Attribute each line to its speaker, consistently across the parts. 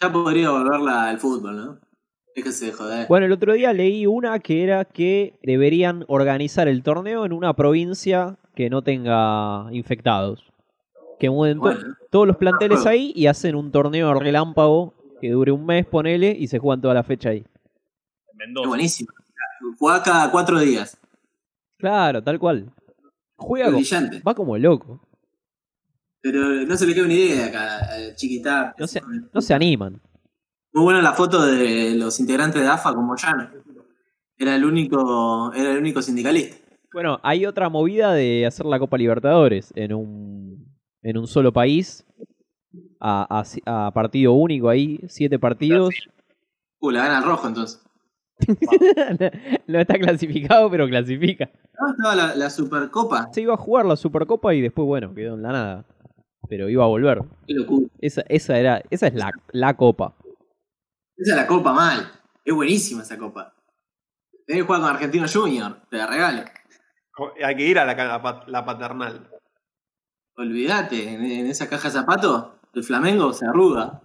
Speaker 1: Ya podría volverla al fútbol, ¿no? Déjese de joder.
Speaker 2: Bueno, el otro día leí una que era que deberían organizar el torneo en una provincia que no tenga infectados. Que mueven to-
Speaker 1: Bueno.
Speaker 2: todos los planteles ahí y hacen un torneo relámpago que dure un mes, ponele, y se juegan toda la fecha ahí.
Speaker 3: En
Speaker 1: Es
Speaker 3: Mendoza.
Speaker 1: buenísimo. Jugá cada cuatro días.
Speaker 2: Claro, tal cual. Juega como-
Speaker 1: Brillante.
Speaker 2: va como loco.
Speaker 1: Pero no se le queda una idea acá al chiquitá.
Speaker 2: No se, no se animan.
Speaker 1: Muy buena la foto de los integrantes de AFA con Moyano. Era el único, era el único sindicalista.
Speaker 2: Bueno, hay otra movida de hacer la Copa Libertadores en un, en un solo país, a, a si- a partido único ahí, siete partidos.
Speaker 1: Uh, la gana el rojo entonces.
Speaker 2: no está clasificado, pero clasifica.
Speaker 1: No, Ah, estaba la, la Supercopa.
Speaker 2: Se iba a jugar la Supercopa y después, bueno, quedó en la nada. Pero iba a volver.
Speaker 1: Qué locura.
Speaker 2: Esa, esa, era, esa es la, la copa.
Speaker 1: Esa es la copa mal. Es buenísima esa copa. Tenés que jugar con Argentino Junior, te la regalo.
Speaker 4: Hay que ir a la, ca- la pat- la paternal.
Speaker 1: Olvídate, en, en esa caja de zapatos, el Flamengo se arruga.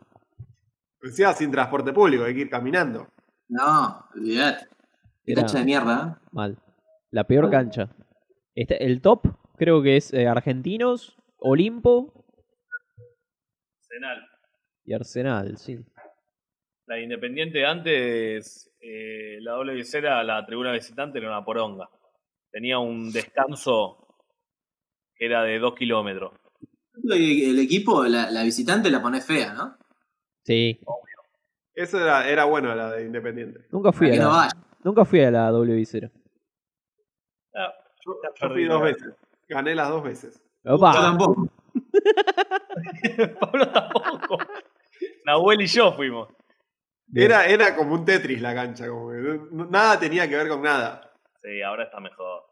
Speaker 4: Decía Pues ah, sin transporte público, hay que ir caminando.
Speaker 1: No, olvídate. Qué
Speaker 2: Era
Speaker 1: cancha de mierda. ¿eh?
Speaker 2: mal. La peor cancha. Este- el top creo que es eh, Argentinos, Olimpo
Speaker 3: Arsenal.
Speaker 2: y Arsenal, sí.
Speaker 3: La de Independiente antes, eh, la doble visera, la tribuna visitante era una poronga. Tenía un descanso que era de dos kilómetros.
Speaker 1: El, el equipo, la, la visitante la pone fea, ¿no?
Speaker 2: Sí.
Speaker 4: Eso era, era bueno la de Independiente.
Speaker 2: Nunca fui
Speaker 1: Para
Speaker 2: a
Speaker 1: que
Speaker 2: la,
Speaker 1: no vaya.
Speaker 2: nunca fui a la W visera.
Speaker 3: Ah,
Speaker 4: Yo,
Speaker 3: Ya
Speaker 4: yo fui
Speaker 3: perdí,
Speaker 4: dos
Speaker 3: ya.
Speaker 4: veces. Gané las dos veces.
Speaker 2: Opa.
Speaker 1: Yo tampoco.
Speaker 3: Pablo tampoco. Nahuel y yo fuimos.
Speaker 2: Bien.
Speaker 4: Era, era como un Tetris la cancha. como que no- nada tenía que ver con nada.
Speaker 3: Sí, ahora está mejor.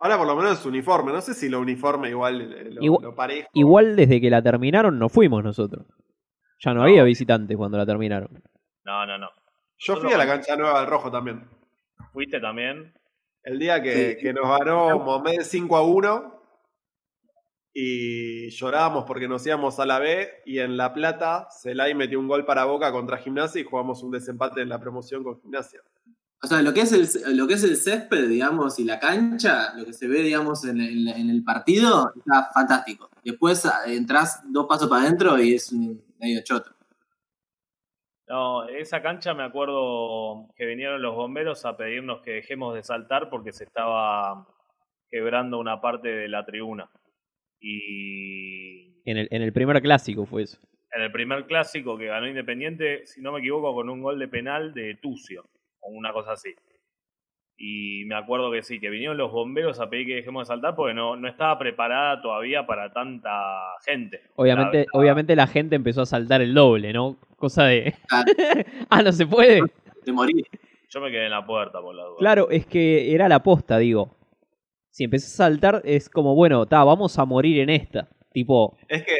Speaker 4: Ahora por lo menos su uniforme. No sé si lo uniforme igual eh, lo,
Speaker 2: Igual-
Speaker 4: lo parejo.
Speaker 2: Igual desde que la terminaron no fuimos nosotros. Ya no había visitantes cuando la terminaron.
Speaker 3: No, no, no.
Speaker 4: Yo fui a la cancha nueva del rojo también.
Speaker 3: Fuiste también.
Speaker 4: El día que,
Speaker 1: Sí.
Speaker 4: que nos ganó Mohamed 5 a 1 y llorábamos porque nos íbamos a la B y en La Plata Celay metió un gol para Boca contra Gimnasia y jugamos un desempate en la promoción con Gimnasia.
Speaker 1: O sea, lo que, es el, lo que es el césped, digamos, y la cancha, lo que se ve, digamos, en, el- en el partido, está fantástico. Después ah, entras dos pasos para adentro y es un medio choto.
Speaker 3: No, esa cancha me acuerdo que vinieron los bomberos a pedirnos que dejemos de saltar porque se estaba quebrando una parte de la tribuna. Y
Speaker 2: En el, en el primer clásico fue eso.
Speaker 3: en el primer clásico que ganó Independiente, si no me equivoco, con un gol de penal de Tucio, o una cosa así. Y me acuerdo que sí, que vinieron los bomberos a pedir que dejemos de saltar porque no, no estaba preparada todavía para tanta gente.
Speaker 2: Obviamente,
Speaker 3: La- la-
Speaker 2: obviamente la gente empezó a saltar el doble, ¿no? Cosa de.
Speaker 1: Ah.
Speaker 2: ah, no se puede.
Speaker 1: Te morís.
Speaker 3: Yo me quedé en la puerta por la duda.
Speaker 2: Claro, es que era la posta, digo. Si empezás a saltar, es como, bueno, ta, vamos a morir en esta. Tipo,
Speaker 4: Es que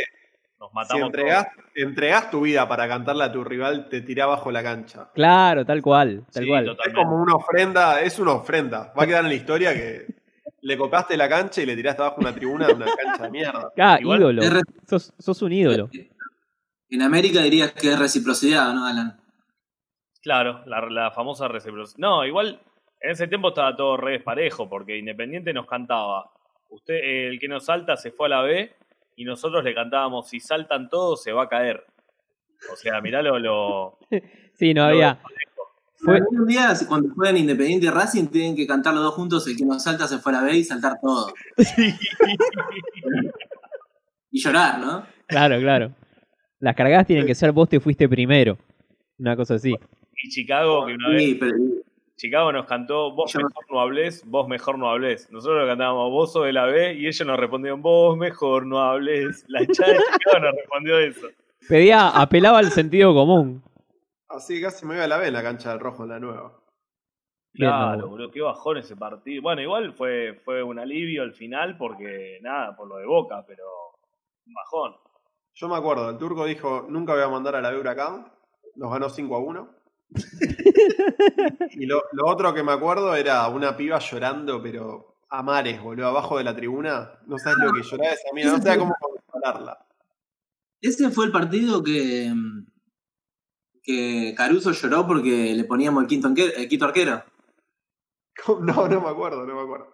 Speaker 3: Nos
Speaker 4: si
Speaker 3: matamos.
Speaker 4: entregás, entregás tu vida para cantarle a tu rival, te tirá bajo la cancha.
Speaker 2: claro, tal cual,
Speaker 3: todos.
Speaker 2: tal
Speaker 3: Sí,
Speaker 2: cual.
Speaker 4: Es
Speaker 3: totalmente.
Speaker 4: como una ofrenda, es una ofrenda. Va a quedar en la historia que le copaste la cancha y le tiraste abajo una tribuna de una cancha de mierda.
Speaker 2: Ah,
Speaker 3: Igual-
Speaker 2: ídolo.
Speaker 1: Es re-
Speaker 2: Sos, sos un ídolo.
Speaker 1: En América dirías que es reciprocidad, ¿o ¿no, Alan?
Speaker 3: Claro, la, la famosa reciprocidad. No, igual en ese tiempo estaba todo re desparejo, porque Independiente nos cantaba. Usted, eh, el que nos salta se fue a la B y nosotros le cantábamos, si saltan todos se va a caer. O sea, mirá lo... lo-
Speaker 2: Sí, no
Speaker 3: lo
Speaker 2: había.
Speaker 3: desparejo.
Speaker 2: Fue,
Speaker 1: Algún día, cuando juegan Independiente y Racing, tienen que cantar los dos juntos, el que nos salta se fue a la B y saltar todo. Y llorar, ¿no?
Speaker 2: claro, claro. Las cargadas tienen que ser vos te fuiste primero. Una cosa así.
Speaker 3: Y Chicago, que una vez,
Speaker 1: Sí, pero
Speaker 3: Chicago nos cantó, vos
Speaker 1: Yo-
Speaker 3: mejor no hables, vos mejor no hables. Nosotros le cantábamos, vos sos de la B y ellos nos respondieron, vos mejor no hables. La hinchada de Chicago nos respondió eso.
Speaker 2: Pedía, apelaba al sentido común.
Speaker 4: Así que casi me iba a la B en la cancha del rojo en la nueva.
Speaker 2: Bien,
Speaker 3: Claro,
Speaker 2: no.
Speaker 3: boludo, qué bajón ese partido. Bueno, igual fue, fue un alivio al final porque, nada, por lo de Boca, pero un bajón.
Speaker 4: Yo me acuerdo, el turco dijo, nunca voy a mandar a la B Huracán. Nos ganó 5 a 1. y lo, lo otro que me acuerdo era una piba llorando, pero a mares, boludo, abajo de la tribuna. No sabes lo que lloraba esa mía, no sabía cómo consolarla.
Speaker 1: ese fue el partido que, mm, que Caruso lloró porque le poníamos el quinto, anque- el quinto arquero.
Speaker 4: No, no me acuerdo, no me acuerdo.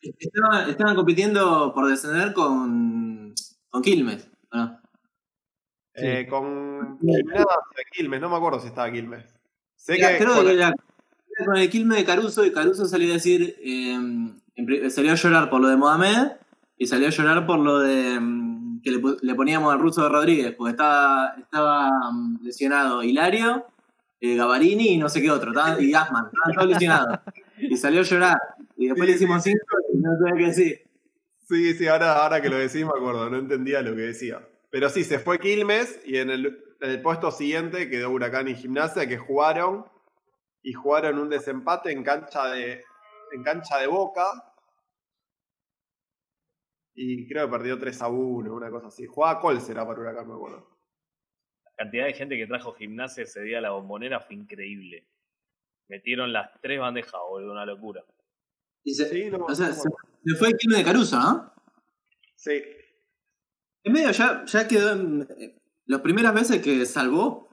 Speaker 1: Estaban, estaban compitiendo por descender con, con Quilmes. ¿o no?
Speaker 2: Sí.
Speaker 4: Eh, con Gimnasia, Quilmes, no me acuerdo si estaba Quilmes. Sé
Speaker 1: Era-
Speaker 4: que.
Speaker 1: creo
Speaker 4: con-
Speaker 1: que era- era con el Quilmes de Caruso y Caruso salió a decir, eh, en pri- salió a llorar por lo de Mohamed y salió a llorar por lo de mm, que le, pu- le poníamos al ruso de Rodríguez, porque estaba, estaba mm, lesionado Hilario, eh, Gavarini y no sé qué otro, estaban- y Gasman, estaban todos lesionados. Y salió a llorar. Y después
Speaker 4: Sí,
Speaker 1: le hicimos
Speaker 4: sí,
Speaker 1: cinco y no sabía qué decir.
Speaker 4: Sí, sí, ahora, ahora que lo decís me acuerdo, no entendía lo que decía. Pero sí, se fue Quilmes y en el, en el puesto siguiente quedó Huracán y Gimnasia que jugaron y jugaron un desempate en cancha de, en cancha de Boca. Y creo que perdió 3 a 1, una cosa así. Jugaba Colsera para Huracán, me acuerdo.
Speaker 3: La cantidad de gente que trajo gimnasia ese día a la bombonera fue increíble. Metieron las tres bandejas, boludo, una locura.
Speaker 1: Y se,
Speaker 4: Sí, no,
Speaker 1: o sea,
Speaker 4: no me
Speaker 1: se,
Speaker 4: acuerdo.
Speaker 1: se fue el Quilmes de Caruso, ¿no?
Speaker 4: sí.
Speaker 1: En medio ya, ya quedó en. eh, Las primeras veces que salvó,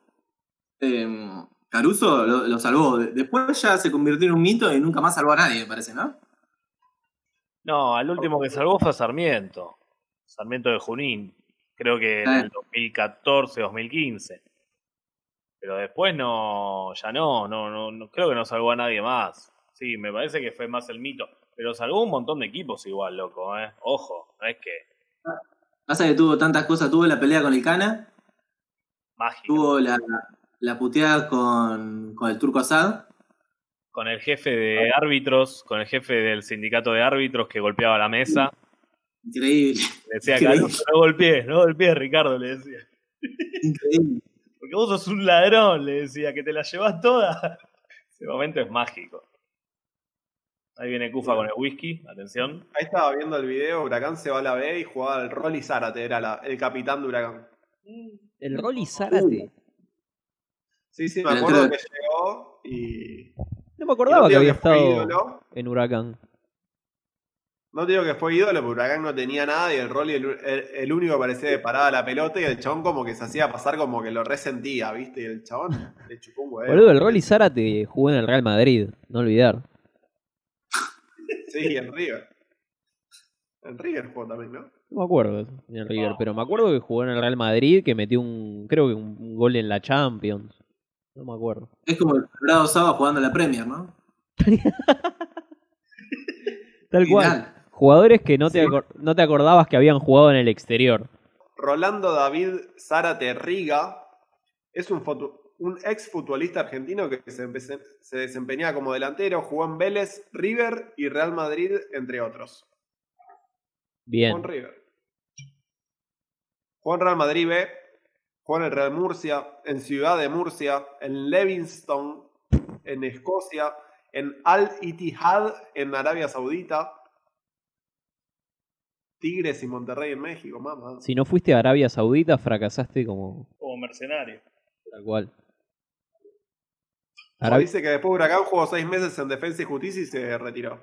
Speaker 1: eh, Caruso lo, lo salvó. De- Después ya se convirtió en un mito y nunca más salvó a nadie, me parece, ¿no?
Speaker 3: No, al último que salvó fue a Sarmiento. Sarmiento de Junín. Creo que en
Speaker 1: Ah.
Speaker 3: el 2014, 2015. Pero después no, ya no, no, no, no- creo que no salvó a nadie más. Sí, me parece que fue más el mito. Pero salvó un montón de equipos igual, loco, eh. Ojo, no es que
Speaker 1: Pasa que tuvo tantas cosas. Tuvo la pelea con el Cana,
Speaker 3: mágico.
Speaker 1: tuvo la, la puteada con, con el Turco Asad.
Speaker 3: Con el jefe de árbitros, con el jefe del sindicato de árbitros que golpeaba la mesa.
Speaker 1: Increíble,
Speaker 3: Le decía,
Speaker 1: Increíble.
Speaker 3: Caruso, no golpees, no golpees, Ricardo, le decía.
Speaker 1: increíble.
Speaker 3: Porque vos sos un ladrón, le decía, que te la llevas toda. Ese momento es mágico. Ahí viene Cufa con el whisky, atención.
Speaker 4: Ahí estaba viendo el video, Huracán se va a la B y jugaba el Rolly Zárate, era la- el capitán de Huracán.
Speaker 2: El Rolly Zárate.
Speaker 4: Sí, sí, me
Speaker 1: Pero
Speaker 4: acuerdo que
Speaker 1: entró-
Speaker 4: llegó y.
Speaker 2: No me acordaba
Speaker 4: y
Speaker 2: que
Speaker 4: no
Speaker 2: había
Speaker 4: digo que fue
Speaker 2: estado
Speaker 4: ídolo,
Speaker 2: en Huracán.
Speaker 4: No te digo que fue ídolo, porque Huracán no tenía nada y el Rolly el, el- el único que parecía que paraba la pelota y el chabón como que se hacía pasar como que lo resentía, ¿viste? Y el chabón le chupó un huevo.
Speaker 2: Boludo, el Rolly Zárate jugó en el Real Madrid, no olvidar.
Speaker 4: Sí, el River. El River jugó también, ¿no?
Speaker 2: No me acuerdo en el River, pero me acuerdo que jugó en el Real Madrid, que metió un, creo que un gol en la Champions. No me acuerdo.
Speaker 1: Es como el Colorado Saba jugando la Premier, ¿no?
Speaker 2: Tal cual.
Speaker 1: Final.
Speaker 2: Jugadores que no te, acor- no te acordabas que habían jugado en el exterior.
Speaker 4: Rolando David Zárate Riga es un, fotu- un ex futbolista argentino que se, empece- se desempeñaba como delantero, jugó en Vélez, River y Real Madrid, entre otros.
Speaker 2: Bien.
Speaker 4: Juan River. Juan Real Madrid B. Juan el Real Murcia. En Ciudad de Murcia. En Livingston. En Escocia. En Al Ittihad. En Arabia Saudita. Tigres y Monterrey en México, mamá.
Speaker 2: Si no fuiste a Arabia Saudita, fracasaste como
Speaker 3: Como mercenario.
Speaker 2: tal cual.
Speaker 4: O
Speaker 2: Arabia-
Speaker 4: Dice que después de Huracán jugó seis meses en Defensa y Justicia y se retiró.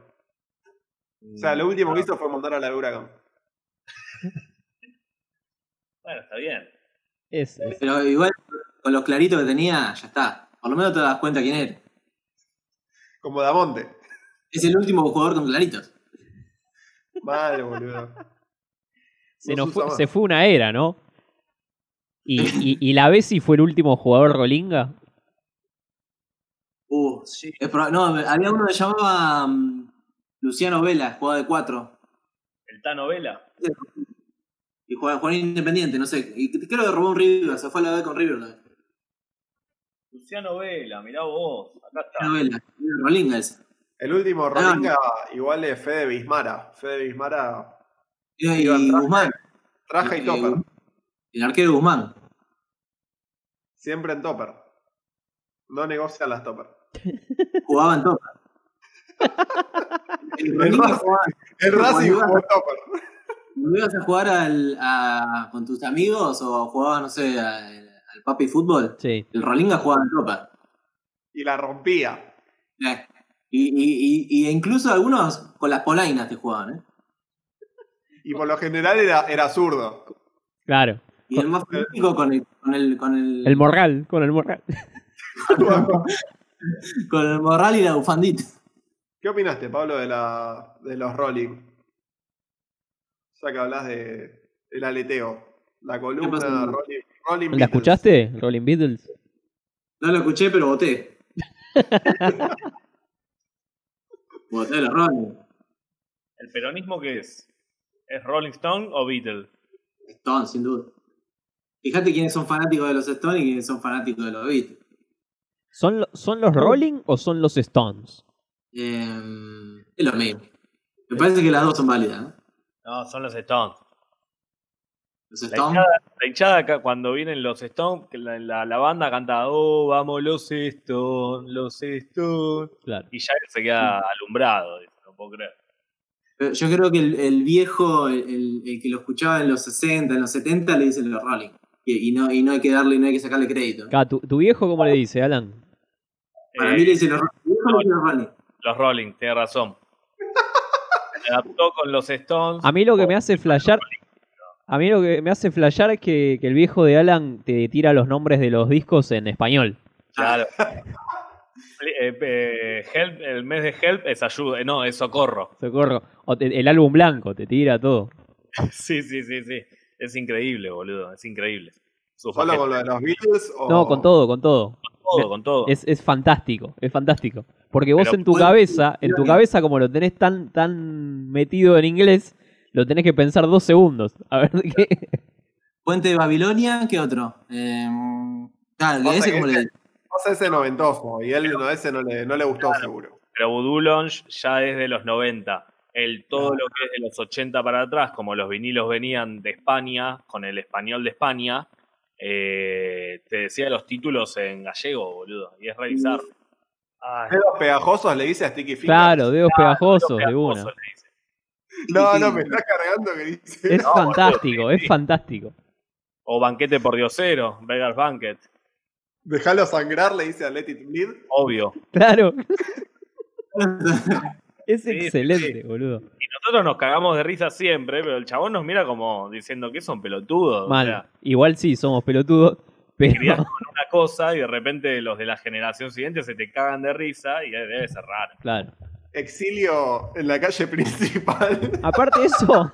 Speaker 3: Mm.
Speaker 4: O sea, lo último que hizo fue mandar a la de Huracán.
Speaker 3: Bueno, está bien.
Speaker 2: es- es-
Speaker 1: Pero igual, con los claritos que tenía, ya está. Por lo menos te das cuenta quién era.
Speaker 4: Como Damonte.
Speaker 1: Es el último jugador con claritos.
Speaker 4: Mal, boludo.
Speaker 2: se,
Speaker 4: No
Speaker 2: nos
Speaker 4: se
Speaker 2: fue,
Speaker 4: usa más.
Speaker 2: se fue una era, ¿no? Y, y, y la Bessi fue el último jugador rolinga.
Speaker 1: Uh, es proba- no, había uno que llamaba mm, Luciano Vela, jugaba de 4.
Speaker 3: El Tano Vela.
Speaker 1: Y jugaba, jugaba en Independiente, no sé. Y creo que robó un River, se fue a la B con River. ¿no?
Speaker 3: Luciano Vela, mirá vos. Acá está.
Speaker 1: Luciano Vela, era Rolinga ese.
Speaker 4: El
Speaker 1: no.
Speaker 4: último Rolinga igual es Fede Bismara. Fede Bismara
Speaker 1: Y, y
Speaker 4: Iván Traje.
Speaker 1: Guzmán,
Speaker 4: Traja y
Speaker 1: Eh,
Speaker 4: topper.
Speaker 1: el arquero Guzmán.
Speaker 4: Siempre en topper. No negocian las topper.
Speaker 1: Jugaba en Topa. el Rolinga
Speaker 4: Racing.
Speaker 1: jugaba.
Speaker 4: El
Speaker 1: Pero
Speaker 4: Racing
Speaker 1: cuando
Speaker 4: jugó topper.
Speaker 1: ¿No ibas a jugar al, a- con tus amigos o jugabas, no sé, al, al papi fútbol?
Speaker 2: Sí.
Speaker 1: El Rolinga jugaba en Topa.
Speaker 4: Y la rompía.
Speaker 1: Eh, Y, y, y, y incluso algunos con las polainas te jugaban, ¿eh?
Speaker 4: Y por lo general era, era zurdo.
Speaker 2: Claro.
Speaker 1: Y el más fanático con el, con el, con el,
Speaker 2: El morral, con el morral.
Speaker 1: con el morral y la bufandita.
Speaker 4: ¿Qué opinaste, Pablo, de, la, de los Rolling? Ya que hablas de el aleteo, la
Speaker 1: pasó?
Speaker 4: columna Rolling, Rolling
Speaker 2: ¿La
Speaker 4: Beatles.
Speaker 2: escuchaste? Rolling Beatles.
Speaker 1: No lo escuché, pero voté. voté los Rolling.
Speaker 3: ¿El peronismo qué es? ¿Es Rolling Stone o Beatle?
Speaker 1: Stone, sin duda. Fíjate quiénes son fanáticos de los Stone y quiénes son fanáticos de los Beatles.
Speaker 2: ¿Son, lo- ¿Son los Rolling o son los Stones?
Speaker 1: Eh, es lo mismo. Me parece que las dos son válidas, ¿no?
Speaker 3: No, son los Stones.
Speaker 1: Los
Speaker 3: La
Speaker 1: Stone.
Speaker 3: hinchada, la hinchada acá, cuando vienen los Stones, que la, la- la banda canta, oh, vamos los Stones, los Stones.
Speaker 2: Claro.
Speaker 3: Y ya él se queda alumbrado, dice, no puedo creer.
Speaker 1: Pero Yo creo que el, el viejo, el, el- el que lo escuchaba en los 60, en los 70, le dicen los Rolling. Y, y no, y no hay que darle, no hay que sacarle crédito.
Speaker 2: Acá, ¿tu, tu viejo cómo le dice, Alan?
Speaker 1: Para
Speaker 3: Eh,
Speaker 1: mí le dicen los Rolling. Viejo le dicen los Rolling.
Speaker 3: Los Rolling, tiene razón. Se adaptó con los Stones.
Speaker 2: A mí lo que me hace flashear. A mí lo que me hace flashear es que, que el viejo de Alan te tira los nombres de los discos en español.
Speaker 3: Claro. Eh, eh, help, el mes de Help es ayuda, eh, no, es socorro.
Speaker 2: Socorro. O te- el álbum blanco, te tira todo.
Speaker 3: Sí, sí, sí, sí. Es increíble, boludo, es increíble. Su
Speaker 4: ¿Solo
Speaker 3: paquete,
Speaker 4: con lo de los Beatles? O...
Speaker 2: No, con todo, con todo.
Speaker 3: todo, con todo.
Speaker 2: Es, es fantástico, es fantástico. Porque vos
Speaker 3: Pero
Speaker 2: en tu
Speaker 1: bueno,
Speaker 2: cabeza, en tu
Speaker 1: mira.
Speaker 2: cabeza, como lo tenés tan, tan metido en inglés, lo tenés que pensar dos segundos. A ver qué.
Speaker 1: Puente de Babilonia, ¿qué otro? Em, claro,
Speaker 4: Pasa
Speaker 1: ese
Speaker 4: que
Speaker 1: como
Speaker 4: ese-
Speaker 1: le
Speaker 4: Pasa ese noventoso, y él no, ese no le, no le gustó seguro.
Speaker 3: Pero Voodoo Lounge ya es de los 90. El, todo lo que es de los 80 para atrás, como los vinilos venían de España, con el español de España, eh, te decía los títulos en gallego, boludo. Y es Ah, revisar. Ay,
Speaker 4: Dedos pegajosos le dice a Sticky Fingers.
Speaker 2: Claro, dedos pegajosos de
Speaker 3: pegajoso,
Speaker 2: una.
Speaker 3: le dice.
Speaker 4: No, no, me está cargando que dice.
Speaker 2: Es fantástico, es fantástico.
Speaker 3: o banquete por diosero, Vegas Banquet,
Speaker 4: Dejalo sangrar, le dice a Let It Bleed.
Speaker 3: obvio.
Speaker 2: Claro,
Speaker 1: Claro,
Speaker 2: es
Speaker 3: Sí, sí,
Speaker 2: excelente, boludo.
Speaker 3: Y nosotros nos cagamos de risa siempre, pero el chabón nos mira como diciendo que son pelotudos. o sea,
Speaker 2: Mal. Igual sí, somos pelotudos,
Speaker 3: Querías
Speaker 2: pero
Speaker 3: con una cosa y de repente los de la generación siguiente se te cagan de risa y debe ser raro.
Speaker 2: claro.
Speaker 4: Exilio en la calle principal.
Speaker 2: Aparte de eso,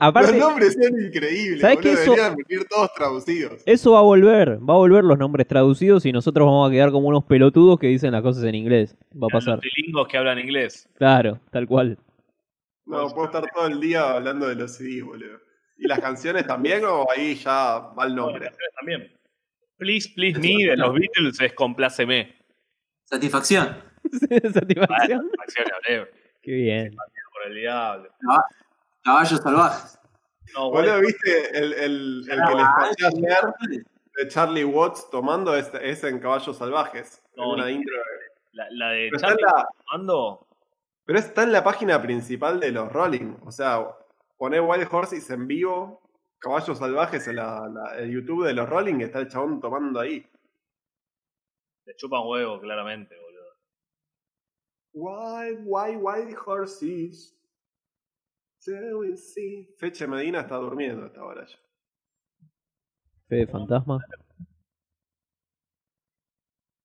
Speaker 2: aparte
Speaker 4: Los nombres son increíbles.
Speaker 2: ¿Sabés
Speaker 4: boludo,
Speaker 2: que eso-
Speaker 4: Deberían venir todos traducidos.
Speaker 2: eso va a volver, va a volver los nombres traducidos y nosotros vamos a quedar como unos pelotudos que dicen las cosas en inglés. Va a pasar.
Speaker 3: Los trilingos que hablan inglés.
Speaker 2: Claro, tal cual.
Speaker 4: No, puedo estar todo el día hablando de los CDs, boludo. ¿Y las canciones también o ahí ya va el nombre?
Speaker 3: También. Please, please me de los Beatles es compláceme.
Speaker 1: Satisfacción.
Speaker 2: Satisfacción.
Speaker 3: Acción hablé
Speaker 2: Qué bien.
Speaker 3: por el diablo.
Speaker 1: Caballos salvajes.
Speaker 3: No,
Speaker 4: Boludo,
Speaker 3: bueno,
Speaker 4: ¿viste el, el, el que les pasé ayer de Charlie Watts tomando es, es en Caballos Salvajes? en
Speaker 3: No,
Speaker 4: una
Speaker 3: increíble.
Speaker 4: intro.
Speaker 3: la, la de
Speaker 4: Pero está, en
Speaker 3: Charlie
Speaker 4: la,
Speaker 3: tomando.
Speaker 4: pero está en la página principal de los Rolling. O sea, poné Wild Horses en vivo, Caballos Salvajes en la, la- el YouTube de los Rolling, está el chabón tomando ahí.
Speaker 3: Te chupan huevo, claramente, boludo.
Speaker 4: Wild, wild, wild horses. Shall we see? Feche Medina está durmiendo hasta ahora ya.
Speaker 2: Fe de fantasma.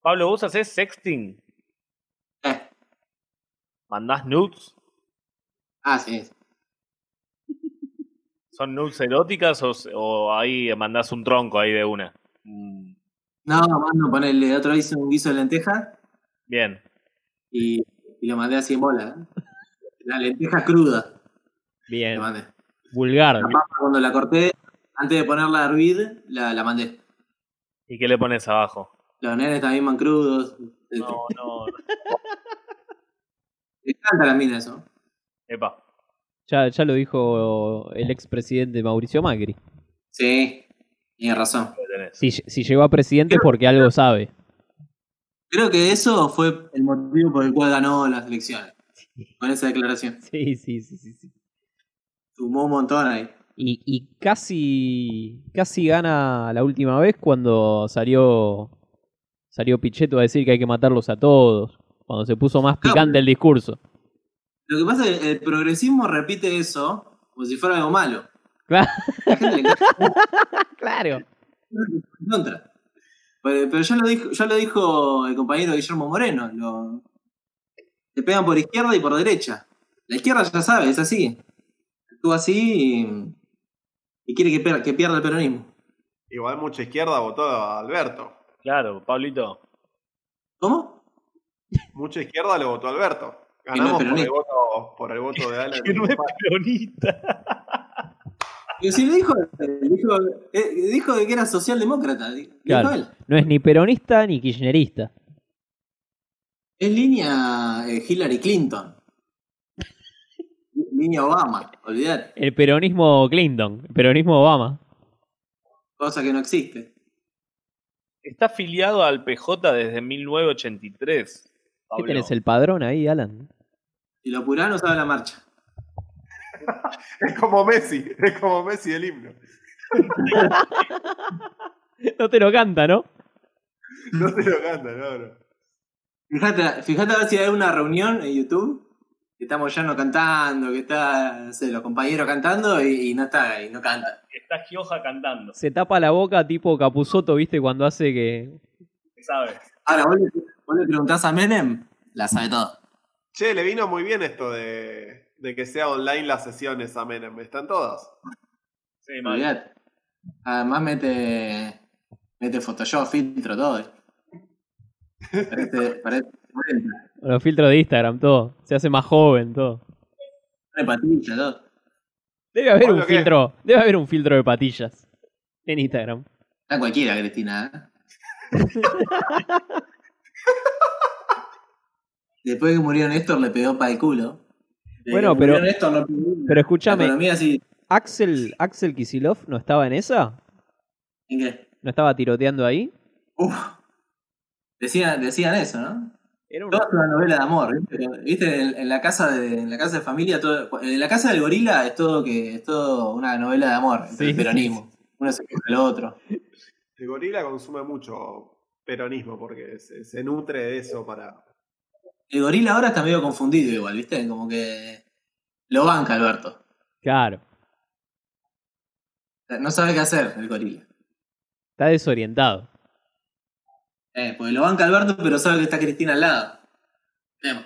Speaker 3: Pablo, ¿vos hacés sexting?
Speaker 1: Eh,
Speaker 3: ¿Mandás nudes?
Speaker 1: ah, sí.
Speaker 3: ¿Son nudes eróticas o, o ahí mandás un tronco ahí de una? Mm,
Speaker 1: No, mando ponerle. Otro hice un guiso de lenteja
Speaker 3: Bien.
Speaker 1: y, y lo mandé así en bola. ¿eh? La lenteja cruda.
Speaker 2: Bien.
Speaker 1: Le mandé.
Speaker 2: Vulgar.
Speaker 1: La papa cuando la corté, antes de ponerla a hervir, la, la mandé.
Speaker 3: ¿Y qué le pones abajo?
Speaker 1: Los nenes también van crudos. Este,
Speaker 3: No, no.
Speaker 1: Me encanta la mina eso.
Speaker 3: Epa.
Speaker 2: Ya, ya lo dijo el expresidente Mauricio Macri.
Speaker 1: Sí, tiene razón.
Speaker 3: lo tenés.
Speaker 2: Si, si llegó a presidente es porque algo sabe.
Speaker 1: Creo que eso fue el motivo por el cual ganó las elecciones. Con esa declaración.
Speaker 2: Sí, sí, sí, sí. sí.
Speaker 1: Sumó un montón ahí.
Speaker 2: Y, y casi, casi gana la última vez cuando salió, salió Pichetto a decir que hay que matarlos a todos. Cuando se puso más picante el discurso.
Speaker 1: Lo que pasa es que el progresismo repite eso como si fuera algo malo. La gente le encanta
Speaker 2: Claro.
Speaker 1: en contra. Pero, pero ya, lo dijo, ya lo dijo el compañero Guillermo Moreno. Lo, te pegan por izquierda y por derecha. La izquierda ya sabe, es así. Actúa así y, y quiere que, per- que pierda el peronismo.
Speaker 4: Igual mucha izquierda votó a Alberto.
Speaker 3: Claro, Pablito.
Speaker 1: ¿Cómo?
Speaker 4: Mucha izquierda le votó a Alberto.
Speaker 1: Que no es
Speaker 4: Ganamos por, el
Speaker 1: peronista.
Speaker 4: voto, por el voto de Alan.
Speaker 3: Que no es peronista.
Speaker 1: Pero si lo dijo, dijo, eh, dijo que era socialdemócrata. di- dijo
Speaker 2: Claro.
Speaker 1: él.
Speaker 2: No es ni peronista ni kirchnerista.
Speaker 1: Es línea eh, Hillary Clinton. línea Obama, olvidar.
Speaker 2: El peronismo Clinton, el peronismo Obama.
Speaker 1: Cosa que no existe.
Speaker 3: Está afiliado al PJ desde 1983.
Speaker 2: ¿Qué
Speaker 3: Pablo.
Speaker 2: tenés el padrón ahí, Alan?
Speaker 1: Si lo apurás, no sabe la marcha.
Speaker 4: Es como Messi, es como Messi el
Speaker 1: Mm.
Speaker 4: himno.
Speaker 2: No te lo canta, ¿no?
Speaker 4: No te lo canta, no, no.
Speaker 1: Fijate, fijate a ver si hay una reunión en YouTube. Que está Moyano cantando, que está no sé, los compañeros cantando y, y no está, y no canta.
Speaker 3: Está Gioja cantando,
Speaker 2: Se tapa la boca tipo Capuzoto, ¿viste? Cuando hace que...
Speaker 3: ¿sabes?
Speaker 1: Ahora, vos le, vos le preguntás a Menem, la sabe todo.
Speaker 4: Che, le vino muy bien esto de, de que sea online las sesiones a Menem. Están todas.
Speaker 3: Sí, mal.
Speaker 1: Olvidate. Además mete, mete Photoshop, filtro, todo. Parece, parece,
Speaker 2: Los filtros de Instagram, todo. Se hace más joven, todo.
Speaker 1: pone patilla, todo.
Speaker 2: Debe haber
Speaker 4: Pablo,
Speaker 2: un
Speaker 4: ¿qué?
Speaker 2: filtro, debe haber un filtro de patillas en Instagram.
Speaker 1: Está cualquiera, Cristina. ¿eh? Después que murió Néstor, le pegó para el culo. Desde
Speaker 2: Bueno,
Speaker 1: que murió
Speaker 2: pero-
Speaker 1: Néstor, no pegó.
Speaker 2: Pero
Speaker 1: La
Speaker 2: escúchame,
Speaker 1: economía sí.
Speaker 2: Axel, Axel Kisilov no estaba en esa,
Speaker 1: ¿En qué?
Speaker 2: no estaba tiroteando ahí.
Speaker 1: Uf. Decían, decían eso, ¿no?
Speaker 2: Era un-
Speaker 1: Toda una novela de amor, ¿viste? ¿Viste? En, en la casa de, en la casa de familia, todo, en la casa del gorila es todo que es todo una novela de amor, entre
Speaker 2: Sí,
Speaker 1: el peronismo. Uno se queja al otro.
Speaker 4: El gorila consume mucho peronismo porque se, se nutre de eso para.
Speaker 1: El gorila ahora está medio confundido igual, ¿viste? Como que lo banca Alberto.
Speaker 2: Claro,
Speaker 1: No sabe qué hacer el gorila.
Speaker 2: está desorientado.
Speaker 1: Eh, porque lo banca Alberto, pero sabe que está Cristina al lado. Vemos.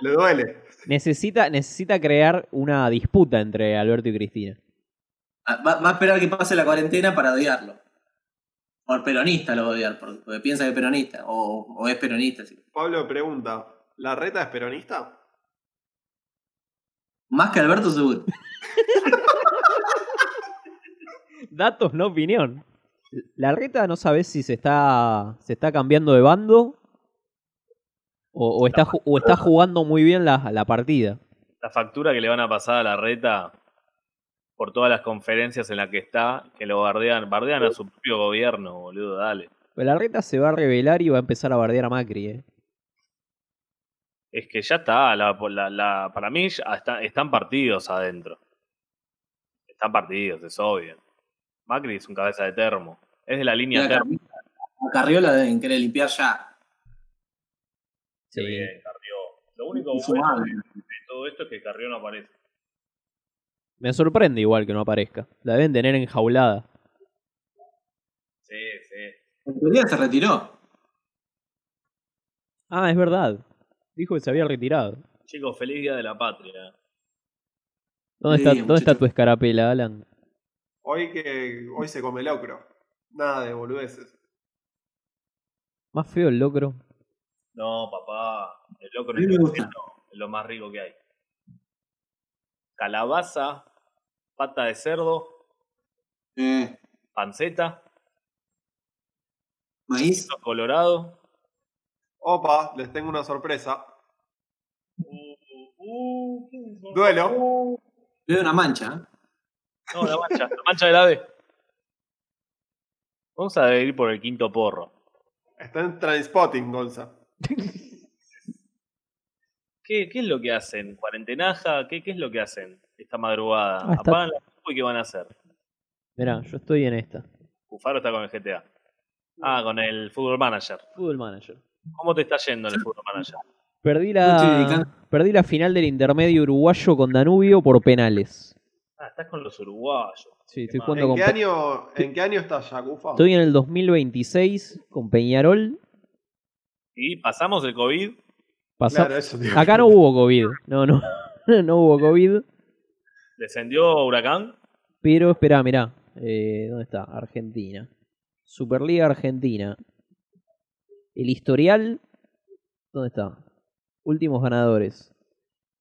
Speaker 4: Le duele.
Speaker 2: Necesita, necesita crear una disputa entre Alberto y Cristina.
Speaker 1: Ah, Va, va a esperar que pase la cuarentena para odiarlo. Por peronista lo va a odiar, porque, porque piensa que es peronista, o, o es peronista. sí.
Speaker 4: Pablo pregunta: ¿La reta es peronista?
Speaker 1: Más que Alberto, seguro.
Speaker 2: Datos, no opinión. La reta no sabes si se está, se está cambiando de bando o, o está, ju- o está jugando muy bien la, la partida.
Speaker 3: La factura que le van a pasar a la reta por todas las conferencias en las que está, que lo bardean, bardean a su propio gobierno, boludo, dale.
Speaker 2: Pero la reta se va a revelar y va a empezar a bardear a Macri. ¿eh?
Speaker 3: Es que ya está, la, la- la- para mí ya está- están partidos adentro. Están partidos, es obvio. Macri es un cabeza de termo. Es de la línea
Speaker 1: Mira,
Speaker 3: termo.
Speaker 1: Carri- a Carriola deben querer limpiar ya.
Speaker 3: Sí, Carrió. Lo único
Speaker 1: Su
Speaker 3: bueno
Speaker 1: madre.
Speaker 3: de todo esto es que Carrió no aparece.
Speaker 2: Me sorprende igual que no aparezca. La deben tener enjaulada.
Speaker 3: Sí, sí.
Speaker 1: En teoría se retiró.
Speaker 2: Ah, es verdad. Dijo que se había retirado.
Speaker 3: Chicos, feliz día de la patria.
Speaker 2: ¿Dónde,
Speaker 1: Sí,
Speaker 2: está, ¿dónde está
Speaker 1: muchacho.
Speaker 2: tu escarapela, Alan?
Speaker 4: Hoy que hoy se come locro. Nada de boludeces.
Speaker 2: Más feo el locro.
Speaker 3: No, papá. El loco
Speaker 1: A
Speaker 3: en
Speaker 1: mí
Speaker 3: el
Speaker 1: me gusta.
Speaker 3: desierto es lo más rico que hay. Calabaza, pata de cerdo,
Speaker 1: Eh,
Speaker 3: panceta,
Speaker 1: maíz.
Speaker 3: queso colorado.
Speaker 4: Opa, les tengo una sorpresa.
Speaker 3: Uh, uh, uh.
Speaker 4: Duelo.
Speaker 1: Veo una mancha. ¿eh?
Speaker 3: No, la mancha, la mancha de la B. Vamos a ir por el quinto porro.
Speaker 4: Está en Transpotting, Gonza.
Speaker 3: ¿Qué, qué es lo que hacen? ¿Cuarentenaja? ¿Qué, qué es lo que hacen esta madrugada?
Speaker 2: Ah, está-
Speaker 3: ¿Apagan la compu y qué van a hacer?
Speaker 2: Mirá, yo estoy en esta.
Speaker 3: Cufaro está con el GTA. Ah, con el Fútbol Manager.
Speaker 2: Fútbol Manager.
Speaker 3: ¿Cómo te está yendo en el Fútbol Manager?
Speaker 2: Perdí
Speaker 1: Yo estoy dedicando-
Speaker 2: la, perdí la final del intermedio uruguayo con Danubio por penales.
Speaker 3: Ah, estás con los uruguayos.
Speaker 2: Sí, estoy
Speaker 3: mal.
Speaker 2: jugando
Speaker 4: ¿En
Speaker 2: con
Speaker 4: qué,
Speaker 2: Pe-
Speaker 4: año, ¿En qué año está Yacufa?
Speaker 2: Estoy en el 2026 con Peñarol.
Speaker 3: Y pasamos el COVID.
Speaker 2: Pasa-
Speaker 4: Claro, eso, tío.
Speaker 2: Acá no hubo COVID. No, no. no hubo COVID.
Speaker 3: Descendió Huracán.
Speaker 2: Pero espera, mirá. Eh, ¿Dónde está? Argentina. Superliga Argentina. El historial. ¿Dónde está? Últimos ganadores.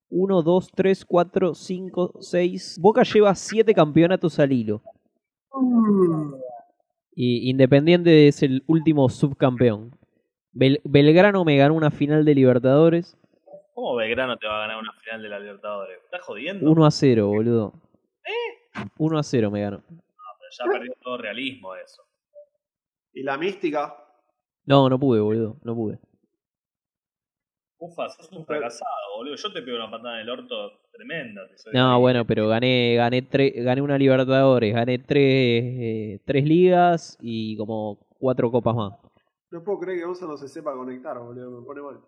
Speaker 2: 1, 2, 3, 4, 5, 6. Boca lleva 7 campeonatos al hilo. Y Independiente es el último subcampeón. Bel- Belgrano me ganó una final de Libertadores.
Speaker 3: ¿Cómo Belgrano te va a ganar una final de la Libertadores? ¿Estás jodiendo?
Speaker 2: 1 a 0, boludo. 1 a 0 me ganó.
Speaker 3: Ya perdió todo realismo eso.
Speaker 4: ¿Y la mística?
Speaker 2: No, no pude, boludo. No pude.
Speaker 3: Ufa, sos un fracasado, boludo. Yo te pego una patada en el orto tremenda. te soy
Speaker 2: No,
Speaker 3: honesto.
Speaker 2: bueno, pero gané, gané tre- gané una Libertadores, gané tres, eh, tres ligas y como cuatro copas más.
Speaker 4: No puedo creer que Gonza no se sepa conectar, boludo. Me pone mal.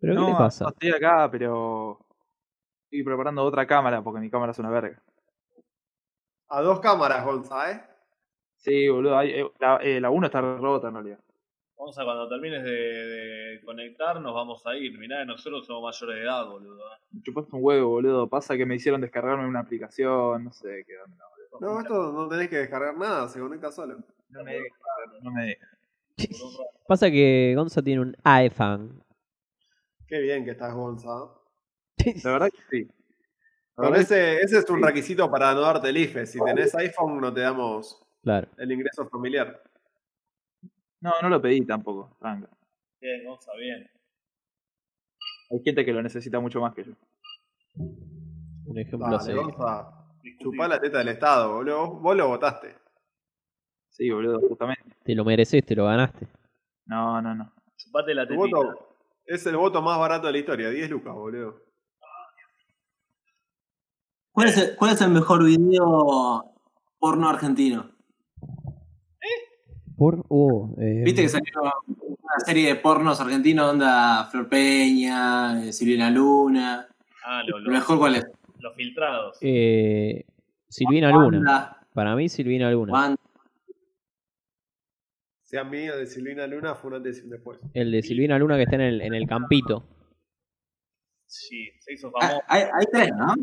Speaker 2: ¿Pero
Speaker 5: No, eh,
Speaker 2: qué le pasa?
Speaker 5: no estoy acá, pero estoy preparando otra cámara porque mi cámara es una verga.
Speaker 4: A dos cámaras, Gonza, ¿eh?
Speaker 5: Sí, boludo, hay- eh, la, eh, la 1 está rota en realidad.
Speaker 3: Vamos a cuando termines de, de conectar, nos vamos a ir. Mirá, nosotros somos mayores de edad, boludo.
Speaker 5: Me chupaste un huevo, boludo. Pasa que me hicieron descargarme una aplicación, no sé qué onda, boludo.
Speaker 4: No, esto no tenés que descargar nada, se conecta solo.
Speaker 5: No me deja, no me deja.
Speaker 2: Pasa que Gonza tiene un iPhone.
Speaker 4: Qué bien que estás, Gonza.
Speaker 5: La verdad que sí. La
Speaker 4: Pero
Speaker 5: verdad
Speaker 4: ese, ese es un requisito para no darte el IFE. Si tenés iPhone, no te damos
Speaker 2: Claro.
Speaker 4: el ingreso familiar.
Speaker 5: que- No, no lo pedí tampoco, tranca.
Speaker 3: Bien, vamos a bien.
Speaker 5: Hay gente que lo necesita mucho más que yo.
Speaker 2: Un ejemplo
Speaker 4: Dale,
Speaker 2: así.
Speaker 4: Gonza.
Speaker 3: Discutí.
Speaker 4: Chupá la teta del Estado, boludo. Vos lo votaste.
Speaker 5: Sí, boludo, justamente.
Speaker 2: Te lo mereces, te lo ganaste.
Speaker 5: No, no, no.
Speaker 3: Chupate la
Speaker 4: Tu
Speaker 3: tetita.
Speaker 4: voto es el voto más barato de la historia. 10 lucas, boludo.
Speaker 1: ¿Cuál es el, cuál es el mejor video porno argentino?
Speaker 2: Por. oh, eh,
Speaker 1: Viste que salió una serie de pornos argentinos, onda Flor Peña, eh, Silvina Luna.
Speaker 3: Ah, lo-
Speaker 1: ¿Lo
Speaker 3: lo-
Speaker 1: mejor cuál es?
Speaker 3: los filtrados.
Speaker 2: eh, Silvina Luna.
Speaker 1: Wanda,
Speaker 2: Para mí, Silvina Luna.
Speaker 1: Wanda.
Speaker 4: Si a mí, el de Silvina Luna fue un antes y un después.
Speaker 2: El de Silvina Luna que está en el, en el campito.
Speaker 3: Sí, se hizo
Speaker 1: Ah,
Speaker 3: famoso.
Speaker 1: hay, hay tres, ¿no?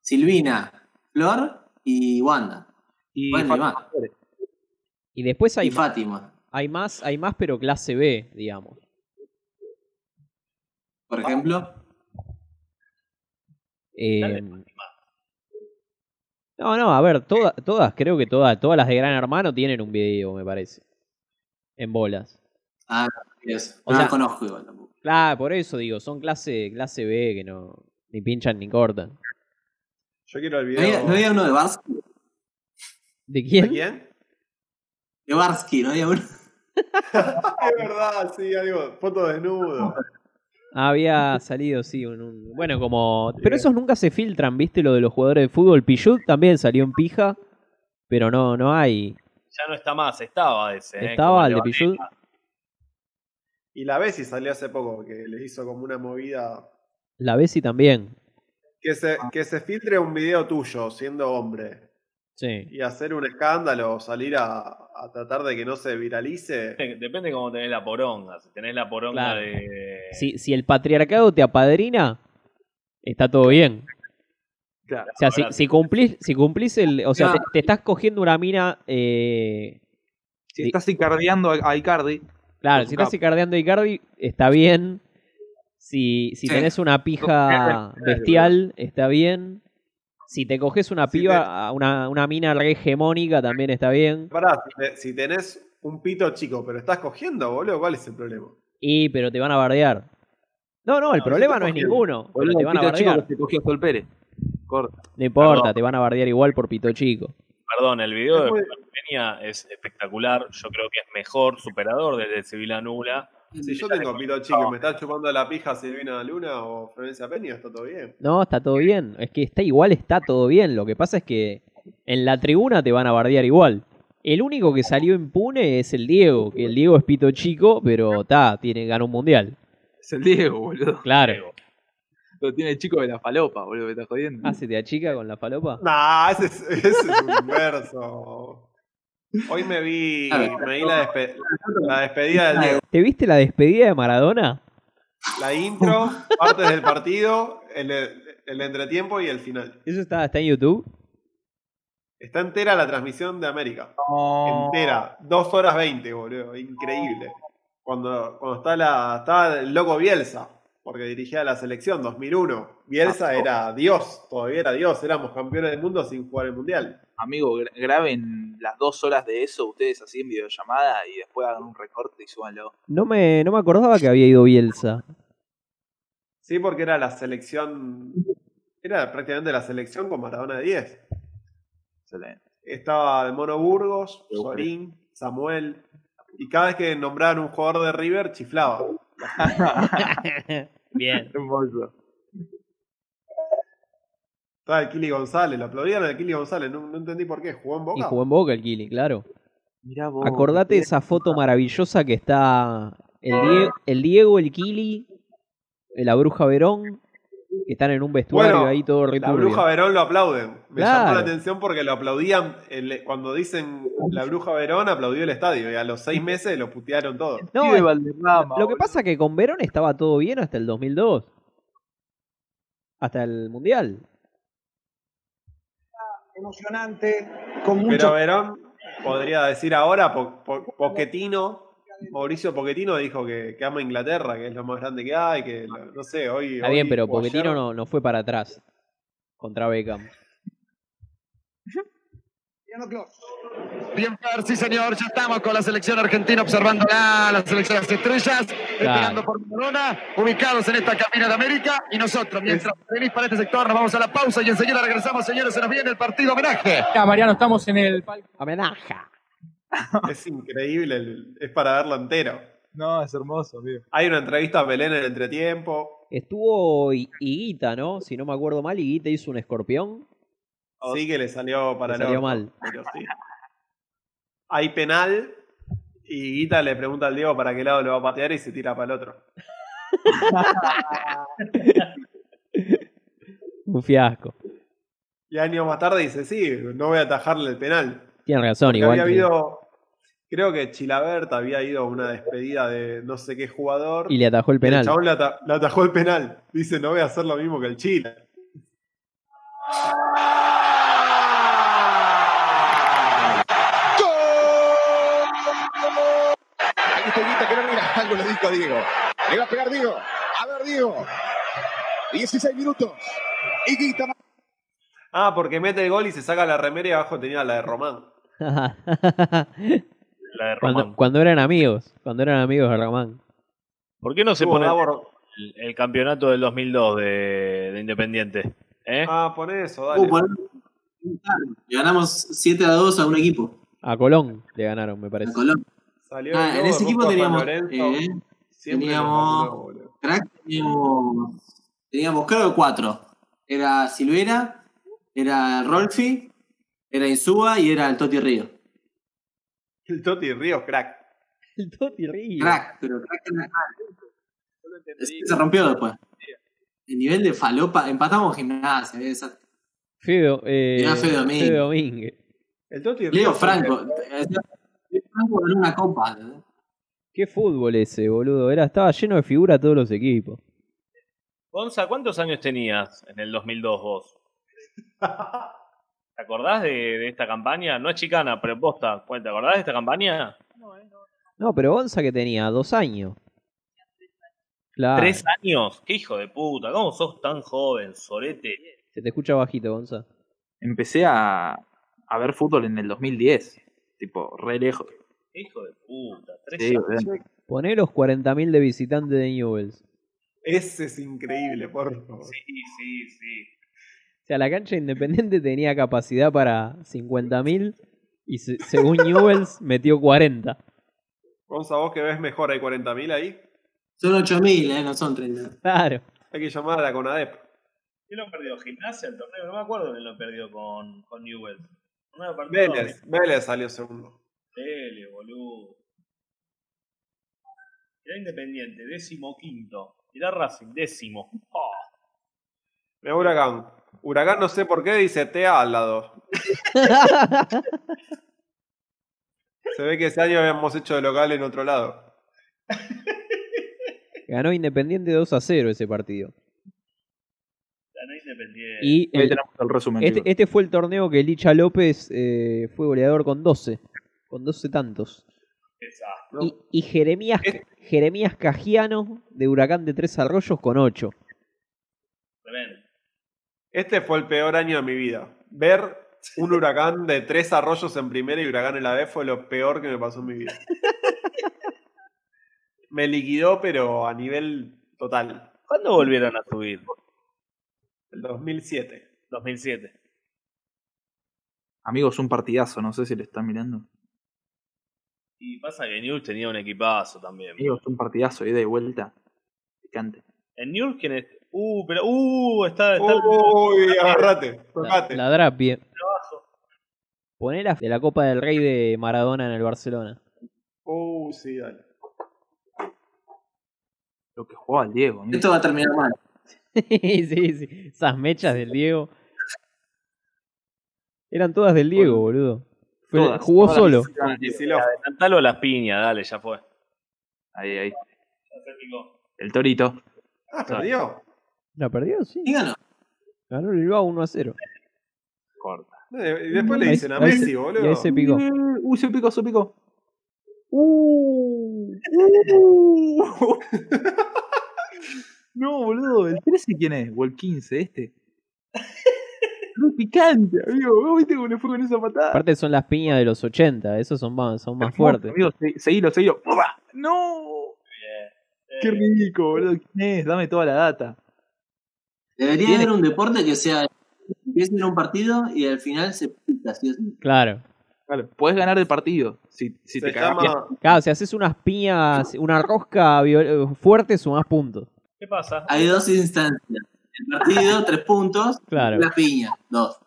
Speaker 1: Silvina, Flor y Wanda.
Speaker 5: Y
Speaker 1: Bueno, y más.
Speaker 2: Y después
Speaker 1: Y
Speaker 2: hay, más-
Speaker 1: Fátima,
Speaker 2: hay más, hay más, pero clase B, digamos.
Speaker 1: por ejemplo.
Speaker 2: Eh,
Speaker 3: Dale,
Speaker 2: no, no, a ver, toda- todas, creo que todas, todas las de Gran Hermano tienen un video, me parece. En bolas.
Speaker 1: Dios,
Speaker 2: O
Speaker 1: no
Speaker 2: sea-
Speaker 1: las conozco igual tampoco.
Speaker 2: Claro, por eso digo, son clase, clase B que no ni pinchan ni cortan.
Speaker 4: Yo quiero el
Speaker 1: ¿No había,
Speaker 4: video.
Speaker 1: no había uno de Barsky?
Speaker 2: ¿De
Speaker 4: ¿De
Speaker 2: quién?
Speaker 4: quién?
Speaker 1: De Barsky, ¿no había uno?
Speaker 4: Es verdad, sí, algo. Foto desnudo.
Speaker 2: Había salido, sí, un, un- bueno, como... Pero esos nunca se filtran, ¿viste? Lo de los jugadores de fútbol. Pichut también salió en pija, pero no, no hay.
Speaker 3: Ya no está más, estaba ese. ¿eh? Como
Speaker 2: Estaba el de
Speaker 3: Leva-
Speaker 2: Pichut.
Speaker 4: Y la Bessie salió hace poco, que le hizo como una movida.
Speaker 2: La Bessi también.
Speaker 4: Que se, que se filtre un video tuyo siendo hombre
Speaker 2: Sí.
Speaker 4: y hacer un escándalo, salir a, a tratar de que no se viralice.
Speaker 3: Depende cómo tenés la poronga. Si tenés la poronga
Speaker 2: Claro.
Speaker 3: de.
Speaker 2: Si, si el patriarcado te apadrina, está todo bien.
Speaker 5: Claro.
Speaker 2: O sea, si, si cumplís, si cumplís el. O sea, te,
Speaker 1: Claro.
Speaker 2: te estás cogiendo una mina. eh,
Speaker 5: Si
Speaker 2: Sí.
Speaker 5: estás icardeando a, a Icardi,
Speaker 2: claro,
Speaker 5: Por
Speaker 2: si
Speaker 5: su
Speaker 2: estás cardeando a Icardi, está bien. Si,
Speaker 1: Sí.
Speaker 2: si tenés una pija bestial, está bien. Si te coges una
Speaker 4: Si
Speaker 2: piba,
Speaker 4: te-
Speaker 2: a una, una mina re hegemónica, también está bien.
Speaker 4: Pará, si te- si tenés un pito chico, pero estás cogiendo, boludo, ¿cuál es el problema?
Speaker 2: Y, pero te van a bardear. No, no, el
Speaker 4: No,
Speaker 2: problema
Speaker 4: si te
Speaker 2: no es
Speaker 4: cogió-
Speaker 2: ninguno. pero
Speaker 5: boludo,
Speaker 2: te van a
Speaker 5: pito chico
Speaker 2: bardear.
Speaker 5: que se cogió Sol Pérez. Corta.
Speaker 2: No importa,
Speaker 3: Perdón.
Speaker 2: te van a bardear igual por pito chico.
Speaker 3: Perdón, el video de
Speaker 4: Después-
Speaker 3: Juan Peña es espectacular. Yo creo que es mejor, superador desde Sevilla Nula.
Speaker 4: Si yo tengo pito chico, y ¿me está chupando la pija Silvina Luna o Florencia Peña? Está todo bien.
Speaker 2: No, está todo bien. Es que está igual, está todo bien. Lo que pasa es que en la tribuna te van a bardear igual. El único que salió impune es el Diego, que el Diego es pito chico, pero ta, tiene ganó un mundial.
Speaker 5: Es el Diego, boludo.
Speaker 2: Claro.
Speaker 5: Lo tiene el chico de la falopa, boludo, me está jodiendo.
Speaker 2: Ah, se te achica con la falopa.
Speaker 4: Nah, ese es, ese es un verso. Hoy me vi, me vi la, despe- la despedida del Diego.
Speaker 2: ¿Te viste la despedida de Maradona?
Speaker 4: La intro, partes del partido, el, el entretiempo y el final.
Speaker 2: ¿Eso está, está en YouTube?
Speaker 4: Está entera la transmisión de América.
Speaker 5: No.
Speaker 4: Entera. Dos horas 20, boludo. Increíble. Cuando, cuando está la, estaba el loco Bielsa, porque dirigía la selección 2001.
Speaker 2: Ah,
Speaker 4: Bielsa era Dios, todavía era Dios. Éramos campeones del mundo sin jugar el mundial.
Speaker 5: Amigo, gra- graben las dos horas de eso ustedes así en videollamada y después hagan un recorte y súbanlo.
Speaker 2: No me, no me acordaba que había ido Bielsa.
Speaker 4: Sí, porque era la selección. Era prácticamente la selección con Maradona de 10.
Speaker 5: Excelente.
Speaker 4: Estaba el Mono Burgos, Sorín, Samuel. Y cada vez que nombraban un jugador de River, chiflaba.
Speaker 2: Bien.
Speaker 5: Hermoso.
Speaker 4: Estaba el Kili González, lo aplaudieron al Kili González. No, no entendí por qué. ¿Jugó en
Speaker 2: Y
Speaker 4: Boca?
Speaker 2: jugó en Boca el Kili, claro.
Speaker 5: Mirá vos.
Speaker 4: Uh,
Speaker 2: Acordate de esa foto maravillosa que está el,
Speaker 4: Ah.
Speaker 2: Die- el Diego, el Kili, la Bruja Verón, que están en un vestuario
Speaker 4: Bueno,
Speaker 2: ahí todo
Speaker 4: La
Speaker 2: returbio.
Speaker 4: Bruja Verón lo aplauden. Me
Speaker 2: Claro.
Speaker 4: llamó la atención porque lo aplaudían. el- cuando dicen la Bruja Verón, aplaudió el estadio. Y a los seis meses lo putearon todo.
Speaker 2: No,
Speaker 5: No, Valderrama,
Speaker 2: Lo que
Speaker 5: boludo.
Speaker 2: pasa es que con Verón estaba todo bien hasta el 2002. Hasta el Mundial.
Speaker 6: emocionante, con
Speaker 4: Pero
Speaker 6: mucho
Speaker 4: Verón podría decir ahora, po- po- Pochettino, Mauricio Poquetino dijo que, que ama Inglaterra, que es lo más grande que hay, que lo- no sé, hoy.
Speaker 2: Está
Speaker 4: hoy
Speaker 2: bien, pero
Speaker 4: o ayer-
Speaker 2: Pochettino no, no fue para atrás contra Beckham.
Speaker 6: Mariano Clos.
Speaker 7: Bien, Fer, sí señor, ya estamos con la selección argentina observándola, la selección de las estrellas, esperando por Maradona, ubicados en esta cabina de América, y nosotros, mientras venís para este sector, nos vamos a la pausa y enseguida regresamos, señores, se nos viene el partido homenaje.
Speaker 8: Acá, Mariano, estamos en el palco.
Speaker 2: Homenaja.
Speaker 4: Es increíble, el- es para verlo entero.
Speaker 5: No, es hermoso, amigo.
Speaker 4: Hay una entrevista a Belén en el entretiempo.
Speaker 2: Estuvo I- Higuita, ¿no? Si no me acuerdo mal, Higuita hizo un escorpión.
Speaker 4: Sí que le salió para
Speaker 2: Le
Speaker 4: el
Speaker 2: salió
Speaker 4: orto,
Speaker 2: mal.
Speaker 4: pero sí. Hay penal y Guita le pregunta al Diego para qué lado lo va a patear y se tira para el otro.
Speaker 2: Un fiasco.
Speaker 4: Y años más tarde dice, sí, no voy a atajarle el penal.
Speaker 2: Tiene razón,
Speaker 4: Porque
Speaker 2: igual.
Speaker 4: había
Speaker 2: que-
Speaker 4: habido, creo que Chilabert había ido a una despedida de no sé qué jugador.
Speaker 2: Y le atajó el
Speaker 4: El
Speaker 2: penal.
Speaker 4: chabón le, ata- le atajó el penal. Dice, no voy a hacer lo mismo que el Chile.
Speaker 7: Ahí está Guita que no mira, algo le dijo a Diego, le va a pegar Diego, a ver Diego, 16 minutos, y Guita
Speaker 4: Ah, porque mete el gol y se saca la remera y abajo tenía la de Román.
Speaker 3: La de Román.
Speaker 2: cuando, cuando eran amigos. Cuando eran amigos de Román.
Speaker 3: ¿Por qué no se
Speaker 4: Tuvo
Speaker 3: pone
Speaker 4: Davor-
Speaker 3: el, el campeonato del 2002 de, de Independiente? ¿Eh?
Speaker 4: Ah, pon eso, dale.
Speaker 1: Uh, por- Le ganamos 7 a 2 a un equipo,
Speaker 2: A Colón le ganaron, me
Speaker 1: a
Speaker 2: parece.
Speaker 1: Colón.
Speaker 4: Salió
Speaker 1: Ah,
Speaker 4: el
Speaker 1: en
Speaker 4: lobo,
Speaker 1: ese equipo
Speaker 4: Rufo de
Speaker 1: teníamos.
Speaker 4: San Lorenzo,
Speaker 1: eh,
Speaker 4: siempre nos
Speaker 1: teníamos-
Speaker 4: vacunó, boludo.
Speaker 1: crack teníamos, teníamos creo que cuatro. Era Silvera, era Rolfi, era Insúa y era el Toti Río.
Speaker 4: El Toti Ríos, crack.
Speaker 2: El Toti Río.
Speaker 1: Crack, pero crack era- se se rompió después. El nivel de falopa, empatamos gimnasia, eh, esa-
Speaker 2: Feo, eh,
Speaker 1: Mirá, Fede Domínguez.
Speaker 2: Fede Domínguez.
Speaker 4: El Toti Ríos.
Speaker 1: Leo Franco, eh, Leo Franco ganó una copa. ¿no?
Speaker 2: Qué fútbol ese, boludo. Era, estaba lleno de figuras todos los equipos.
Speaker 3: Gonza, ¿cuántos años tenías en el 2002 vos? ¿Te acordás de, de esta campaña? No es chicana, pero posta. ¿Te acordás de esta campaña?
Speaker 2: No, pero Gonza que tenía dos años.
Speaker 4: Ah.
Speaker 2: Claro.
Speaker 3: ¿Tres años? ¡Qué hijo de puta! ¿Cómo sos tan joven, sorete?
Speaker 2: Se te escucha bajito, Gonza.
Speaker 5: Empecé a, a ver fútbol en el 2010. Tipo, re lejos.
Speaker 3: ¡Qué hijo de puta! Tres
Speaker 5: Sí,
Speaker 3: años.
Speaker 5: boludo.
Speaker 2: Poné los 40.000 de visitantes de Newells.
Speaker 4: Ese es increíble, por favor.
Speaker 3: Sí, sí, sí.
Speaker 2: O sea, la cancha independiente tenía capacidad para 50.000 y se- según Newells metió 40.
Speaker 4: Gonza, vos que ves mejor, hay 40.000 ahí.
Speaker 1: Son 8.000, eh, no son 30.
Speaker 2: Claro.
Speaker 4: Hay que llamar a la CONADEP.
Speaker 3: ¿Quién lo perdió? ¿Gimnasia el torneo? No me acuerdo quién lo perdió con, con Newell's. No me perdió
Speaker 4: Vélez, Vélez salió segundo.
Speaker 3: Vélez, boludo. Mirá Independiente, décimo quinto. Mirá Racing, décimo. Oh,
Speaker 4: Me voy a Huracán. Huracán no sé por qué dice TEA al lado. Se ve que ese año habíamos hecho de local en otro lado.
Speaker 2: Ganó Independiente 2 a 0 ese partido.
Speaker 3: Ganó Independiente.
Speaker 2: Y
Speaker 5: Ahí
Speaker 2: el-
Speaker 5: tenemos el resumen.
Speaker 2: este,
Speaker 5: chicos.
Speaker 2: este fue el torneo que Licha López eh, fue goleador con 12. Con 12 tantos.
Speaker 3: Exacto.
Speaker 2: Y, y Jeremías, Jeremías Cajiano de Huracán de Tres Arroyos con 8.
Speaker 3: Tremendo.
Speaker 4: Este fue el peor año de mi vida. Ver un huracán de tres arroyos en primera y huracán en la B fue lo peor que me pasó en mi vida. Me liquidó, pero a nivel total.
Speaker 3: ¿Cuándo volvieron a subir?
Speaker 4: El 2007.
Speaker 3: 2007.
Speaker 5: Amigos, un partidazo, no sé si le están mirando.
Speaker 3: Y pasa que News tenía un equipazo también.
Speaker 5: Amigos, un partidazo, ida y vuelta. Picante.
Speaker 3: En News, ¿quién es? Uh, pero. Uh, está. está
Speaker 4: Uy, agarrate,
Speaker 2: La,
Speaker 4: tocate.
Speaker 2: la Drapie. Poné la de la Copa del Rey de Maradona en el Barcelona.
Speaker 4: Uy, sí, dale.
Speaker 5: Lo que jugaba el Diego, amigo.
Speaker 1: Esto va a terminar mal.
Speaker 2: sí, sí. Esas mechas del Diego. Eran todas del Diego, boludo. Fue-
Speaker 5: Todas,
Speaker 2: jugó
Speaker 5: todas.
Speaker 2: solo.
Speaker 4: Y si lo-
Speaker 3: Adelantalo a las piñas, dale, ya fue.
Speaker 5: Ahí, ahí. El torito.
Speaker 4: Ah, perdió.
Speaker 2: ¿La perdió? Sí.
Speaker 1: Díganos.
Speaker 2: Ganó el Bilbao 1 a 0.
Speaker 5: Corta.
Speaker 4: Eh, Y después le
Speaker 2: Ahí-
Speaker 4: dicen a
Speaker 2: ahí
Speaker 4: Messi,
Speaker 2: se-
Speaker 4: boludo.
Speaker 2: Y ahí se picó.
Speaker 5: Uy, se picó, se picó. no, boludo. ¿El 13 quién es? ¿O el 15 este? Muy picante, amigo. ¿Vos viste cómo le fue con esa patada?
Speaker 2: Aparte son las piñas de los 80. Esos son más, son más
Speaker 5: Hermoso,
Speaker 2: fuertes.
Speaker 5: Amigo, se- seguilo, seguilo. ¡Upa! ¡No! Qué rico, boludo. ¿Quién es? Dame toda la data.
Speaker 1: Debería
Speaker 5: Tiene-
Speaker 1: haber un deporte que sea. Empiecen a un partido y al final se pita. así es.
Speaker 2: Claro.
Speaker 5: Claro, podés ganar el partido si, si
Speaker 4: Se
Speaker 5: te cagás.
Speaker 4: llama
Speaker 2: Claro, si haces unas piñas, una rosca viol- eh, fuerte, sumás puntos.
Speaker 3: ¿Qué pasa?
Speaker 1: Hay dos instancias. El partido, tres puntos.
Speaker 2: Claro.
Speaker 1: La piña, dos.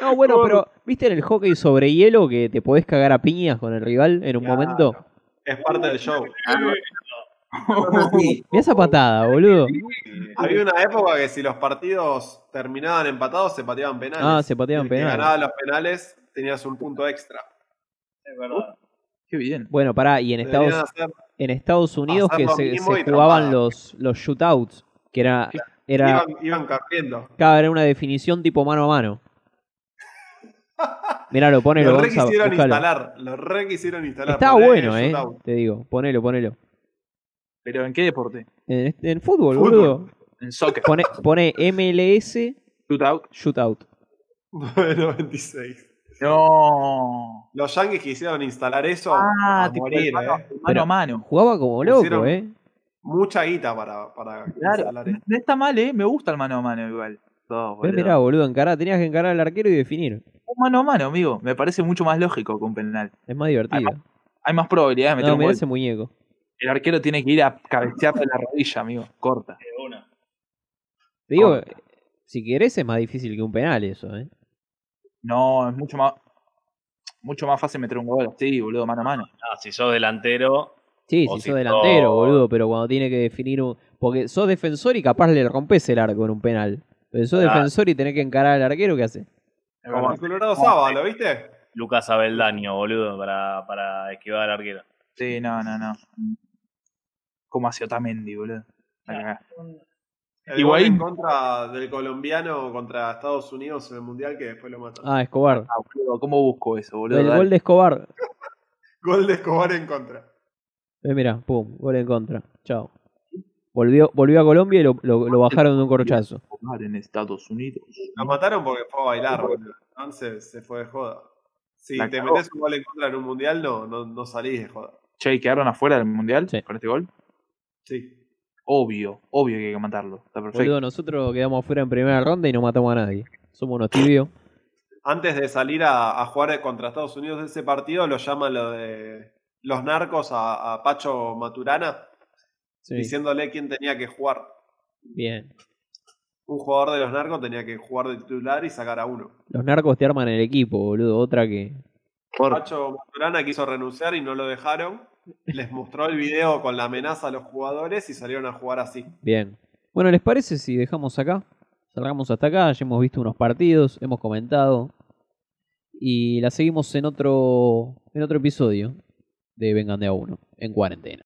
Speaker 2: No, bueno, pero ¿viste en el hockey sobre hielo que te podés cagar a piñas con el rival en un
Speaker 4: Claro.
Speaker 2: momento?
Speaker 4: es parte del show.
Speaker 1: Ah, sí.
Speaker 2: Mira esa patada, boludo.
Speaker 4: Había una época que si los partidos terminaban empatados, se pateaban penales.
Speaker 2: Ah, se pateaban
Speaker 4: El que
Speaker 2: penales.
Speaker 4: ganaba los penales, tenías un punto extra.
Speaker 3: Es verdad.
Speaker 5: Qué bien.
Speaker 2: Bueno, pará, y en
Speaker 4: Deberían
Speaker 2: Estados,
Speaker 4: hacer-
Speaker 2: en Estados Unidos
Speaker 4: pasar
Speaker 2: que
Speaker 4: lo
Speaker 2: se,
Speaker 4: mismo
Speaker 2: se
Speaker 4: y
Speaker 2: jugaban
Speaker 4: trompada.
Speaker 2: los, los shootouts, que era, era,
Speaker 4: iban, iban corriendo.
Speaker 2: cada era una definición tipo mano a mano. Mirá, lo ponelo,
Speaker 4: Los re
Speaker 2: Gonza,
Speaker 4: quisieron
Speaker 2: buscalo.
Speaker 4: instalar. Los re quisieron instalar.
Speaker 2: Está
Speaker 4: Poné
Speaker 2: bueno, eh,
Speaker 4: shootout.
Speaker 2: te digo, ponelo, ponelo.
Speaker 5: ¿Pero en qué deporte?
Speaker 2: En, en fútbol,
Speaker 4: Fútbol.
Speaker 2: boludo.
Speaker 5: En soccer.
Speaker 2: Pone, pone MLS
Speaker 5: Shootout.
Speaker 2: shootout.
Speaker 4: 9.96.
Speaker 5: No.
Speaker 4: Los Yankees quisieron instalar eso
Speaker 3: Ah.
Speaker 2: Ah,
Speaker 4: a
Speaker 5: tipo
Speaker 4: morir,
Speaker 5: el mano,
Speaker 4: eh.
Speaker 5: el mano
Speaker 2: Pero-
Speaker 5: a mano.
Speaker 2: Jugaba como
Speaker 4: Lo
Speaker 2: loco,
Speaker 4: hicieron-
Speaker 2: eh.
Speaker 4: Mucha guita para, para
Speaker 5: Claro.
Speaker 4: instalar eso.
Speaker 5: No está mal, eh. Me gusta el mano a mano igual. Todo,
Speaker 2: Ves,
Speaker 5: boludo.
Speaker 2: mirá, boludo, encarar, tenías que encarar al arquero y definir.
Speaker 5: Un mano a mano, amigo. Me parece mucho más lógico que un penal.
Speaker 2: Es más divertido.
Speaker 5: Además, Hay más probabilidades de meter
Speaker 2: No,
Speaker 5: un
Speaker 2: mirá
Speaker 5: gol.
Speaker 2: ese muñeco.
Speaker 5: El arquero tiene que ir a cabecear de la rodilla, amigo. Corta.
Speaker 3: De una.
Speaker 2: Te digo,
Speaker 5: Corta.
Speaker 2: si querés es más difícil que un penal eso, eh.
Speaker 5: No, es mucho más. Mucho más fácil meter un gol así, boludo, mano a mano.
Speaker 3: Ah, si sos delantero.
Speaker 2: Sí,
Speaker 3: O
Speaker 2: si
Speaker 3: si
Speaker 2: sos delantero,
Speaker 3: sos-
Speaker 2: boludo, pero cuando tiene que definir un. Porque sos defensor y capaz le rompes el arco en un penal. Pero sos
Speaker 3: Claro.
Speaker 2: defensor y tenés que encarar al arquero, ¿qué hace?
Speaker 4: Como el Colorado Saba, ¿lo viste?
Speaker 3: Lucas Abeldaño, boludo, para, para esquivar al arquero.
Speaker 5: Sí, no, no, no. Como hacia Otamendi, boludo. La cagá.
Speaker 4: El gol
Speaker 5: Higuaín.
Speaker 4: en contra del colombiano contra Estados Unidos en el Mundial que después lo mataron.
Speaker 2: Ah, Escobar.
Speaker 5: Ah, boludo, ¿Cómo busco eso, boludo?
Speaker 2: El
Speaker 5: Dale.
Speaker 2: gol de Escobar.
Speaker 4: Gol de Escobar en contra.
Speaker 2: Eh, mirá, pum, gol en contra. Chao. Volvió, volvió a Colombia y lo, lo- lo bajaron de un corchazo.
Speaker 5: Jugar en Estados Unidos.
Speaker 4: Lo mataron porque fue a bailar, boludo. Entonces se fue de joda. Si
Speaker 5: La
Speaker 4: te
Speaker 5: cagó.
Speaker 4: metes un gol en contra en un mundial, no, no, no salís de joda.
Speaker 5: Che, ¿y ¿quedaron afuera del mundial
Speaker 2: Sí.
Speaker 5: con este gol?
Speaker 4: Sí.
Speaker 5: Obvio, obvio que hay que matarlo. Está perfecto.
Speaker 2: Boludo, nosotros quedamos afuera en primera ronda y no matamos a nadie. Somos unos tibios.
Speaker 4: Antes de salir a, a jugar contra Estados Unidos ese partido, lo llaman lo de los narcos a, a Pacho Maturana,
Speaker 2: Sí,
Speaker 4: diciéndole quién tenía que jugar.
Speaker 2: bien.
Speaker 4: Un jugador de los narcos tenía que jugar de titular y sacar a uno.
Speaker 2: Los narcos te arman el equipo, boludo. Otra que.
Speaker 5: Por-
Speaker 4: Pacho Maturana quiso renunciar y no lo dejaron. Les mostró el video con la amenaza a los jugadores y salieron a jugar así.
Speaker 2: Bien. Bueno, ¿les parece si dejamos acá? Salgamos hasta acá, ya hemos visto unos partidos, hemos comentado. Y la seguimos en otro, en otro episodio de Vengan de a uno, en cuarentena.